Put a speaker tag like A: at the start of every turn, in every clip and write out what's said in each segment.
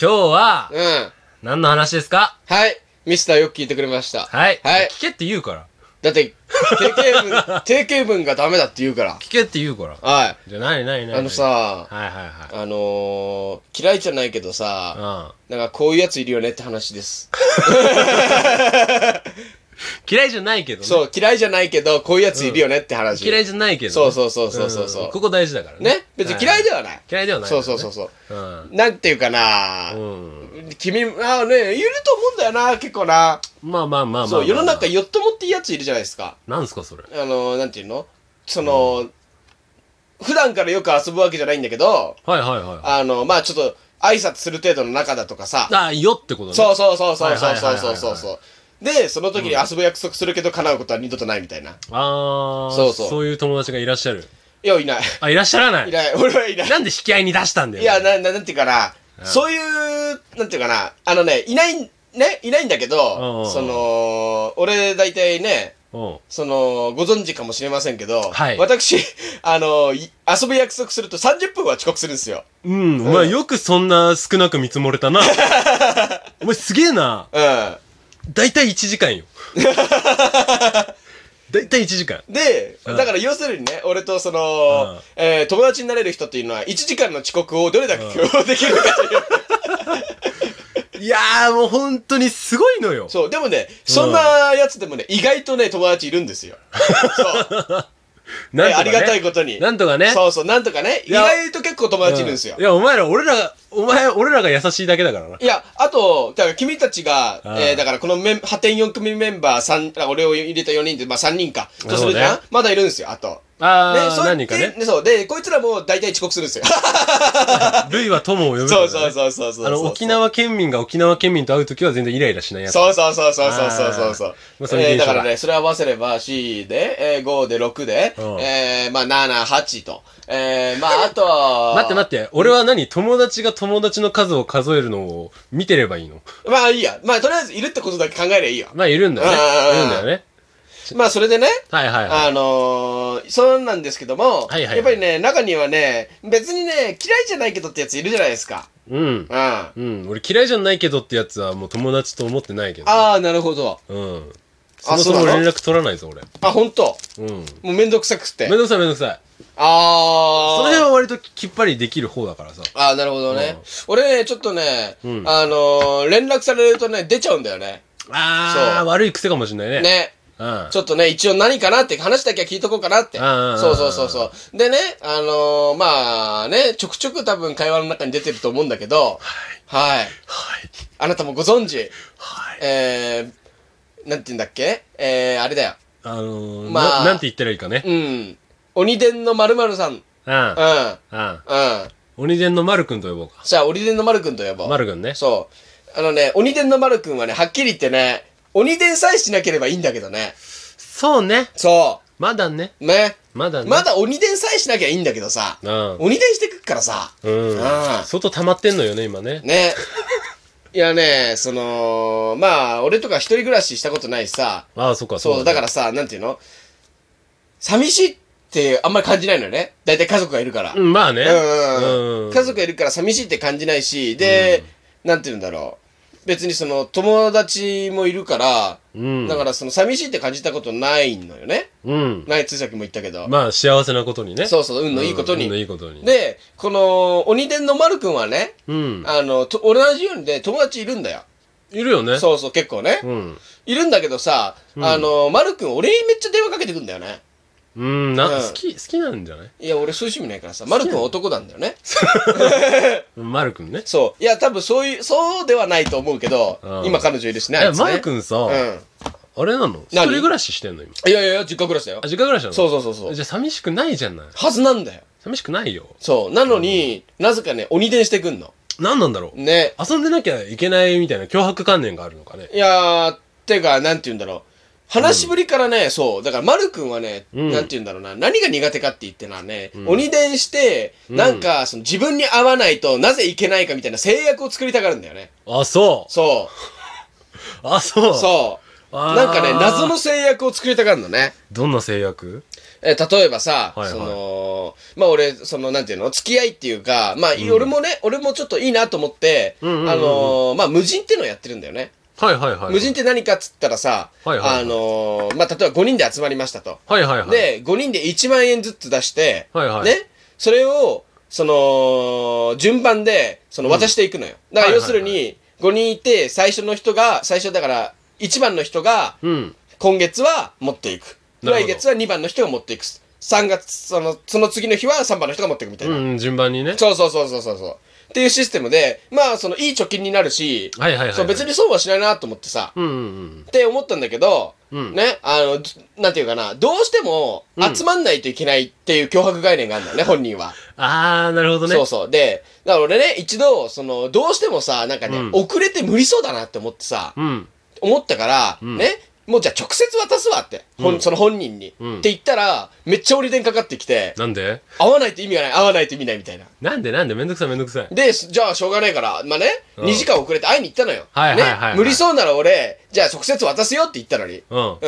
A: 今日は、
B: うん。
A: 何の話ですか
B: はい。ミスターよく聞いてくれました。
A: はい。
B: はい。
A: 聞けって言うから。
B: だって、定型 文、定型文がダメだって言うから。
A: 聞けって言うから。
B: は
A: じゃあ、なになに
B: い。
A: なに
B: あの。さ、
A: はいはいはい。
B: あのー、嫌いじゃないけど
A: う
B: さ、
A: ん。
B: なんかこういうやついるよねって話です。
A: 嫌いじゃないけどね。
B: そう、嫌いじゃないけど、こういうやついるよねって話。
A: 嫌いじゃないけどね。
B: そうそうそうそうそうそうん
A: ここ大事だからね。
B: ね別に嫌いではない。
A: 嫌いではないか
B: そ
A: ら
B: う
A: ね。
B: そうそうそう。
A: うん。
B: なんていうかな、
A: うん。
B: 君、あのね、いると思うんだよな、結構な。
A: まあまあまあまあまあ。
B: そう、世の中、よっともっていいやついるじゃないですか。
A: なんすかそれ。
B: あの、なんていうのその、普段からよく遊ぶわけじゃないんだけど、
A: はいはいはい。
B: あの、まあちょっと、挨拶する程度の中だとかさ、
A: あ、よってことね。
B: そうそうそうそうそうそう
A: は
B: そ
A: いはいはいは
B: う
A: いはい
B: そうで、その時に遊ぶ約束するけど叶うことは二度とないみたいな。
A: あー、
B: そうそう
A: そういう友達がいらっしゃる。
B: いや、いない。
A: あ、いらっしゃらないい。
B: ない。俺はいない。
A: なんで引き合いに出したんだよ。
B: いや、な、ななんていうかな、
A: うん
B: そういう、なんていうかな、あのね、いない、ね、いないんだけ
A: うんうんう
B: ど、
A: ん
B: その、俺大体ね、
A: うん。
B: その、ご存知かもしれませんけど、
A: はい
B: 私、あの、い遊ぶ約束すると30分は遅刻するんですよ。
A: うん、お前よくそんな少なく見積もれ たな。お前すげえな。
B: う
A: だいたい1時 間よ。だいたい1時間。
B: ん。で、
A: うん
B: だから要するにね、俺とその、
A: うん
B: えー友達になれる人っていうのは、1時間の遅刻をどれだけ許容できるかという。
A: いやーもう本当にすごいのよ。
B: そう、でもね、そんなやつでもね、意外とね、友達いるんですよ。そう。
A: なん
B: え
A: と
B: あ
A: か、
B: り
A: ね、
B: がたいことに。
A: なんとかね。
B: そうそう、なんとかね、意
A: いや
B: 外と結構友達いるんですよ。
A: いや、お前ら、俺らが、お前、俺らが優しいだけだからな。
B: いや、あと、だから君たちが、
A: うん
B: えーだからこのメン、破天4組メンバー三あ俺を入れた4人で、まあ3人か。とするじゃ
A: そ
B: ん、
A: うね
B: まだいるんですよ、あと。
A: あー、
B: そう
A: 何かね。
B: でそう。で、こいつらも大体遅刻するんですよ。
A: ルイは友を呼ぶ、ね。
B: そうそうそうそうそうそう。
A: あの、沖縄県民が沖縄県民と会うときは全然イライラしないやつ。
B: そうそうそうそうそうそうそうそう。
A: あーまあそれでい
B: え
A: いで
B: ーだ
A: しょ
B: か
A: う
B: らね、それ合わせれば C で、えー、5で6で、
A: うん、
B: えー、まあ7、8と。えー、まああとは
A: 待って待
B: っ
A: って、俺は何友達が友達の数を数えるのを見てればいいの
B: て。まあいいや。まあとりあえずいるってことだけ考えればいいよ。
A: まあ、いるんだよ
B: あ
A: ね。
B: ー
A: いるんだよね。
B: まあそれでね、
A: はいはいはい。
B: あのー、そうなんですけども、
A: はいはいはい
B: やっぱりね、中にはね、別にね、嫌いじゃないけどってやついるじゃないですか。
A: うん
B: う。ん。あ
A: うん。俺嫌いじゃないけどってやつはもう友達と思ってないけど。
B: あー、なるほど。
A: うん。そ
B: あ
A: もそも
B: そうなの
A: 連絡取らないぞ、俺。
B: あ、ほんと。
A: うん。
B: もうめんどくさくて
A: めん。どくさいめんどくさい。そ
B: あ
A: の辺
B: ー。
A: は割ときっぱりできる方だからさ。
B: あー、なるほどね
A: うん。
B: 俺ね、ちょっとね、
A: うん
B: あのー、連絡されるとね、出ちゃうんだよね。
A: あ
B: そ
A: ー、
B: う
A: 悪い癖かもしんないね。。
B: ね。
A: うん。
B: ちょっとね、一応何かなって話だけは聞いとこうかなって。
A: うんうんうん
B: そうそうそうそう。でね、あのー、まあね、ちょくちょく多分会話の中に出てると思うんだけど、はい。
A: はい。
B: あなたもご存知、
A: はい。
B: えー、なんて言うんだっけえー、あれだよ。
A: あのー、
B: まあ
A: ななんて言ったらいいかね。
B: うん。鬼伝のまるさん。う
A: うん
B: ん。う。ん。
A: うん。鬼伝の丸くんと呼ぼうか。
B: じゃあ、鬼伝のまるくんと呼ぼう。
A: 丸くんね。
B: そう。あのね、鬼伝のまるくんはね、はっきり言ってね、鬼伝さえしなければいいんだけどね。
A: そうね。
B: そ
A: まだね。
B: う。ね。
A: まだね。
B: まだ鬼伝さえしなきゃいいんだけどさ。
A: うん。
B: 鬼伝してくっからさ。
A: うん
B: あ。あ
A: 外溜まってんのよね、今ね。
B: ね。いやね、その、まあ、俺とか一人暮らししたことないしさ。
A: ああ、そっか、
B: そう、だからさ、なんていうの寂しいってあんまり感じないのよね。大体家族がいるから。
A: うん、まあね。
B: うん。家族が
A: い
B: いるから寂しいって感じないし、で、なんていうんだろう。別にその友達もいるから、
A: うん。
B: だからその寂しいって感じたことないのよね。
A: うん。
B: ないつさっきも言ったけど。
A: まあ、幸せなことにね。
B: そうそう、運のいいこと
A: うん運のい
B: に。
A: いことに。
B: で、この、鬼伝の丸くんはね、
A: うん。
B: あの、と同じようにね、友達いるんだよ。
A: いるよね。
B: そうそう、結構ね。
A: うん。
B: いるんだけどさ、
A: うん
B: あの、丸くん俺にめっちゃ電話かけてくんだよね。
A: うん、な、
B: うん
A: 好き、好きなんじゃない
B: いや、俺そういう趣味ないからさ、丸くんは男なんだよね。
A: うん丸くんね。
B: そう。いや、多分そういう、そうではないと思うけど、
A: うん
B: 今彼女いるしね。あ
A: え
B: い、つね
A: 丸くんさ
B: う、ん。
A: あれなの一
B: 何
A: 人暮らししてんの今。
B: いやいやいや、実家暮らしだよ
A: あ、。実家暮らしなの
B: そうそうそうそう。
A: じゃあ寂しくないじゃない。
B: はずなんだよ。
A: 寂しくないよ。
B: そう。なのに、なぜかね、鬼伝してくんの。
A: 何なんだろう
B: ね。
A: 遊んでなきゃいけないみたいな脅迫観念があるのかね。
B: いやー、てか、なんて言うんだろう。話しぶりからね、そう。だから、まるくんはね、
A: うん
B: なんて言うんだろうな。何が苦手かって言ってのはね、
A: うん
B: 鬼伝して、
A: うん
B: なんか、その自分に合わないとなぜいけないかみたいな制約を作りたがるんだよね。
A: あ、そ。
B: そう
A: あ、そう
B: う。。そう。
A: あー
B: なんかね、謎の制約を作りたがるのね。
A: どんな制約
B: えー例えばさ、
A: はいはい
B: その、まあ俺、その、なんていうの付き合いっていうか、まあ、俺もね、俺もちょっといいなと思って、
A: うんうんうんうん
B: あのーまあ無人っていうのをやってるんだよね。
A: はいはいはい。
B: 無人って何かっつったらさ、
A: はいはいはい
B: あのーまあ例えば5人で集まりましたと。
A: はいはいはい。、
B: で、5人で1万円ずつ出して、
A: はいはい
B: ね、それを、その、順番で、その、渡していくのよ。だから要する
A: はいは
B: に、5人いて、最初の人が、最初だから、1番の人が、
A: うん。
B: 今月は持っていく。
A: なるほ
B: 来
A: ど
B: 月は2番の人が持っていく。3月、その、その次の日は3番の人が持っていくみたいな。
A: うん、順番にね。
B: そうそうそうそうそうそう。っていうシステムで、まあ、その、いい貯金になるし、
A: はいはいはいはい。
B: そう別に損はしないなと思ってさ、
A: うんうん
B: って思ったんだけど、
A: うん
B: ね、あの、ずなんていうかな、どうしても集まんないといけないっていう脅迫概念がある んだよね、本人は。
A: うん。あー、なるほどね。
B: そうそう。で、だから俺ね、一度、その、どうしてもさ、なんかね、
A: うん
B: 遅れて無理そうだなって思ってさ、
A: うん。
B: 思ったから、
A: うん
B: ね、もうじゃあ直接渡すわって、ほん
A: うん
B: その本人に、
A: うん
B: って言ったら、めっちゃ折り電かかってきて、
A: なんで
B: 会わないと意味がない、会わないと意味ないみたいな。
A: なんでなんでめんどくさいめんどくさい。
B: で、すじゃあしょうがないから、まあね、
A: うん
B: 2時間遅れて会いに行ったのよ。
A: はいはいはいはい
B: ね、無理そうなら俺、じゃあ直接渡すよって言ったのに。
A: うん。
B: うん。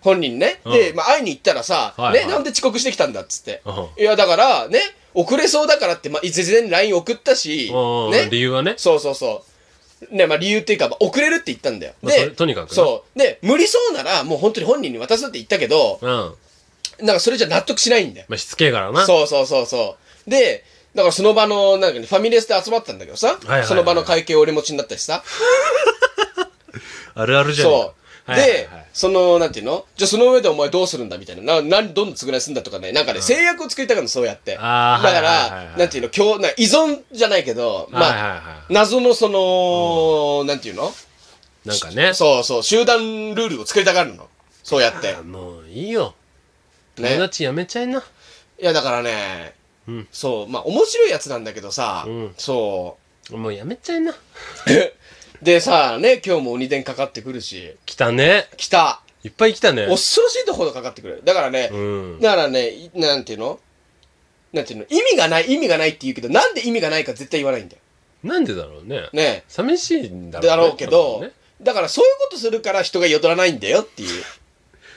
B: 本人ね。
A: うん
B: で、まあ、会いに行ったらさ、
A: はいはい
B: ね、なんで遅刻してきたんだっつって。
A: う
B: いや、だから、ね、遅れそうだからって、まあ、事前に LINE 送ったし、
A: うん。
B: ね。
A: 理由はね。
B: そうそうそう。ね、まあ、理由っていうか、まあ、遅れるって言ったんだよ。
A: まあそれ
B: で、
A: とにかくな
B: そう。で、無理そうなら、もう本当に本人に渡すって言ったけど、
A: うん。ま
B: なんかそれじゃ納得しないんだよ。
A: あ、しつけえからな。う。
B: そうそうそうそう。で、だからその場の、なんかね、ファミレスで集まったんだけどさ、
A: いはいはい
B: その場の会計俺持ちになったしさ、
A: あるあるじゃん。
B: そう。
A: はいはいはい
B: で、その、なんていうのじゃあその上でお前どうするんだみたいな。な、なん、どんどん償いすんだとかね。なんかね、制約を作りたがるの、そうやって。だ
A: あー
B: か
A: はいはいはいは
B: ら、
A: い
B: なんていうの、今日、な依存じゃないけど、まあ、
A: はいはいは
B: 謎のその、なんていうの
A: い。なんかね。
B: そうそう、集団ルールを作りたがるの。そうやって。
A: もういいよ。友
B: ね。
A: 達やめちゃいな。
B: いや、だからね、
A: うん
B: そう、まあ、面白いやつなんだけどさ、
A: うん
B: そ
A: もうやめちゃいな。
B: う。でさ、ね、今日も鬼伝かかってくるし、
A: 来たね。
B: 来た。
A: いっぱい来たね。
B: 恐ろしいところかかってくる。だからね、
A: うん。
B: だからね、いなんていうのなんていうの意味がない、意味がないって言うけど、なんで意味がないか絶対言わないんだよ。
A: なんでだろうね。
B: ね
A: 寂しいんだ
B: え。
A: ろうね。
B: だろうけ
A: 多
B: ど、
A: 分ね
B: だからそういうことするから人がよどらないんだよっていう。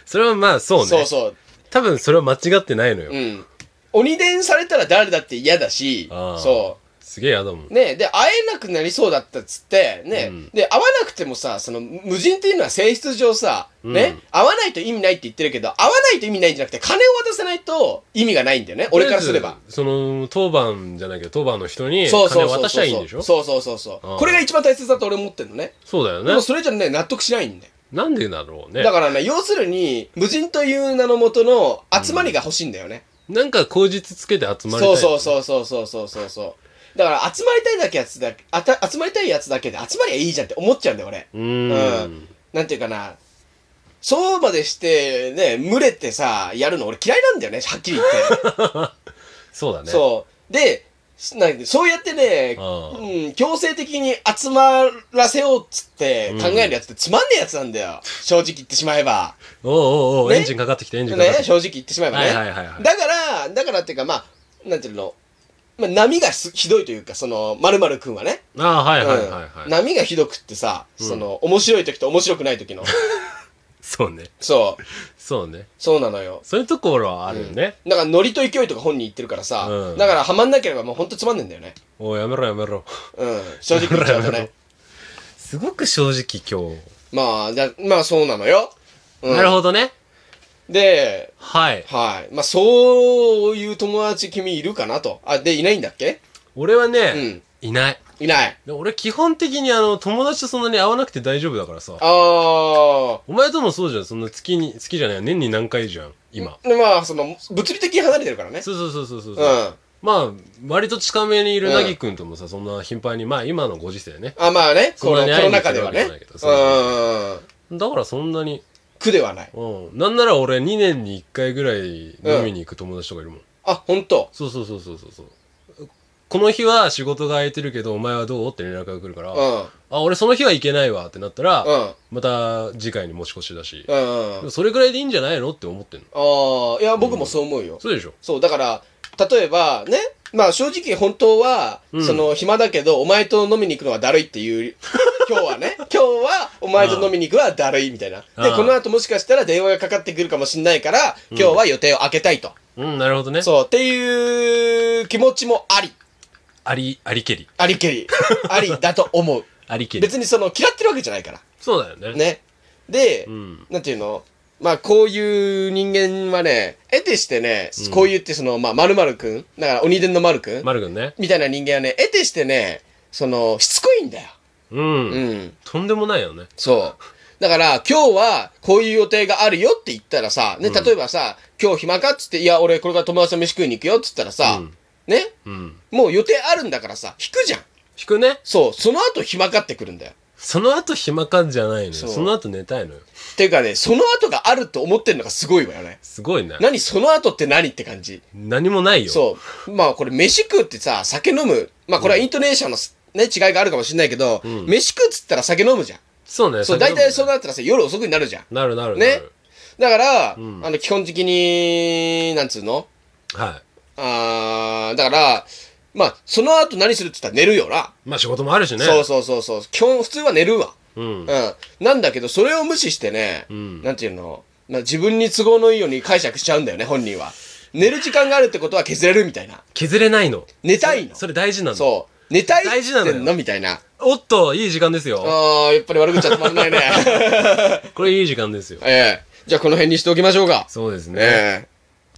A: それはまあそうね。
B: そうそう。
A: 多分それは間違ってないのよ。
B: うん。鬼伝されたら誰だって嫌だし、
A: あー
B: そ
A: すげえ嫌だもん
B: う。。ねえで、会えなくなりそうだったっつって、ねえ、
A: うん
B: で、会わなくてもさ、その、無人っていうのは性質上さ、ね、
A: うん
B: 会わないと意味ないって言ってるけど、会わないと意味ないんじゃなくて、金を渡さないと意味がないんだよね、俺からすれば
A: とり。あえず。その、当番じゃなきゃ当番の人に
B: そうそ
A: 金
B: うそうそ
A: 渡
B: う
A: しゃいいんでしょ
B: そうそうそうそう
A: うん
B: これが一番大切だと俺思ってるのね
A: そうだよ
B: で
A: ね
B: も。それじゃね納得しないんだよ
A: なんでだろうね
B: だ。からね要するに無人という名のもとの集まりが欲しいんだよね、
A: なんか口実つけて集まりたい。
B: そうそう
A: う。
B: そうそうそうそうそうそうだから集まりたいだけやつだあた集まりたいやつだけで集まりゃいいじゃんって思っちゃうんだよ俺
A: うー。
B: うんなんていうかなそうまでしてね群れてさやるの俺嫌いなんだよねはっきり言っ て
A: そうだね。
B: そう。で、すなんかそうやってね、
A: あ
B: うん、強制的に集まらせようっつって考えるやつってつまんねえやつなんだよ。正直言ってしまえば。
A: おうおうおう、
B: ね
A: エンジンかかってきた、エンジンかかっ
B: ね、
A: てき
B: 正直言ってしまえ
A: た。
B: ば
A: は
B: ね。
A: いはいはいはい。
B: だから、だからっていうか、まあ、なんていうの、まあ、波がすひどいというか、その、まるまるくんはね、
A: ああ、はいはいはい
B: うん
A: はい。
B: 波がひどくってさ、その、面白い時と面白くない時 の。
A: そうね。
B: そう。
A: そうね。
B: そうなのよ。
A: そういうところはあるよね。
B: だから、ノリと勢いとか本人言ってるからさ、
A: うん
B: だから、ハマんなければもうほんとつまんねえんだよね。
A: おいやめろやめろ。
B: うん。正直言っちゃうとね。
A: すごく正直今
B: まあ、だまあそうなのよ。う
A: 日。
B: ん、
A: なるほどね。
B: で、
A: はい。
B: はい。まあそういう友達君いるかなと。あ、で、いないんだっけ
A: 俺は
B: う
A: ね
B: ん、
A: いない。
B: いない。
A: で俺基本的にあの、友達とそんなに会わなくて大丈夫だからさ。
B: あ
A: お前ともそうじゃん。そんな月に、月じゃない年に何回じゃん。今。
B: あ。で、まあ、その、物理的に離れてるからね。
A: そうそうそうそうそうう。
B: ん。あ、
A: まあ、割と近めにいる
B: うん
A: なぎくんともさ、そんな頻繁に、まあ今のご時世ね。
B: まあね、
A: そ
B: こ
A: ん
B: の、
A: な
B: こ
A: に会い
B: の
A: に行
B: 中
A: ける
B: では
A: わけじ
B: ね。
A: ゃ
B: う
A: ないけどそうそ
B: ん。
A: だからそんなに、
B: 苦ではない。
A: うん。なんなら俺2年に1回ぐらい飲みに行く友達とかいるもん。
B: あ、本当。
A: そうそうそうそうそうそう。この日は仕事が空いてるけど、お前はどうって連絡が来るから、
B: うん。うん。
A: あ、俺その日は行けないわってなったら、
B: うん
A: また次回に持ち越しだし、
B: うんうん。あ
A: それぐらいでいいんじゃないのって思ってんの。
B: あ、いや、僕もそう思うよ。
A: そうでしょ
B: そう、だから、例えば、ね、まあ正直本当は、
A: うん
B: その、暇だけど、お前と飲みに行くのはだるいっていう今日はね。今日は、お前と飲みに行くはだるい、みたいな。で、
A: うん
B: この後もしかしたら電話がかかってくるかもしんないから、今日は予定を空けたいと。
A: うん、なるほどね。
B: そう、っていう気持ちもあり。
A: あり、ありけり。
B: あり けり。ありだと思う。
A: ありけり。
B: 別にその、嫌ってるわけじゃないから。
A: そうだよね。
B: ね。で、
A: うん。
B: なんていうのまあ、こういう人間はね、得てしてね、こういうってその、まあ、〇〇くんだから、鬼伝の〇くん
A: まるくんね。
B: みたいな人間はね、得てしてね、その、しつこいんだよ。
A: うん。
B: うん。
A: とんでもないよね。
B: そう。だから、今日は、こういう予定があるよって言ったらさ、ね、例えばさ、今日暇かっつって、いや、俺、これから友達と飯食いに行くよっつったらさ、
A: うん
B: ね、
A: うん。
B: もう予定あるんだからさ、引くじゃん。
A: 引くね。
B: そう、その後暇かってくるんだよ。
A: その後暇かんじゃないのよ。
B: そ
A: そうの後寝たいのよ。
B: っていうかね、その後があると思ってるのがすごいわよね。
A: すごいな。
B: 何、その後って何って感じ。
A: 何もないよ。
B: そう。まあこれ飯食うってさ、酒飲む。まあこれはイントネーションのすね、違いがあるかもしれないけど、
A: ん
B: 飯食うっつったら酒飲むじゃん。
A: そうね。
B: そ
A: 酒
B: う、大
A: 飲むね
B: 体そうなったらさ、夜遅くになるじゃん。
A: なるなるな
B: ね
A: る。。
B: だから、
A: ん
B: あの、基本的に、なんつうの
A: は
B: あーだから、まあ、その後何するって言ったら寝るよな。
A: い。まあ仕事もあるしね。
B: そうそうそうそう。基本、普通は寝るわ。
A: う。ん。
B: うん。なんだけど、それを無視してね、
A: ん
B: なんていうの、まあ、自分に都合のいいように解釈しちゃうんだよね、本人は。寝る時間があるってことは削れるみたいな。
A: 削れないの。
B: 寝たいの
A: それそれ大事なの。
B: そう。寝たいっ
A: 大
B: つ
A: 事な
B: っ
A: の
B: て
A: よ
B: んのみたいな。
A: おっと、いい時間ですよ。
B: ああ、やっぱり悪口は止 まらないね。
A: これいい時間ですよ。
B: ええじゃあこの辺にしておきましょうか。
A: そうですね。
B: ええ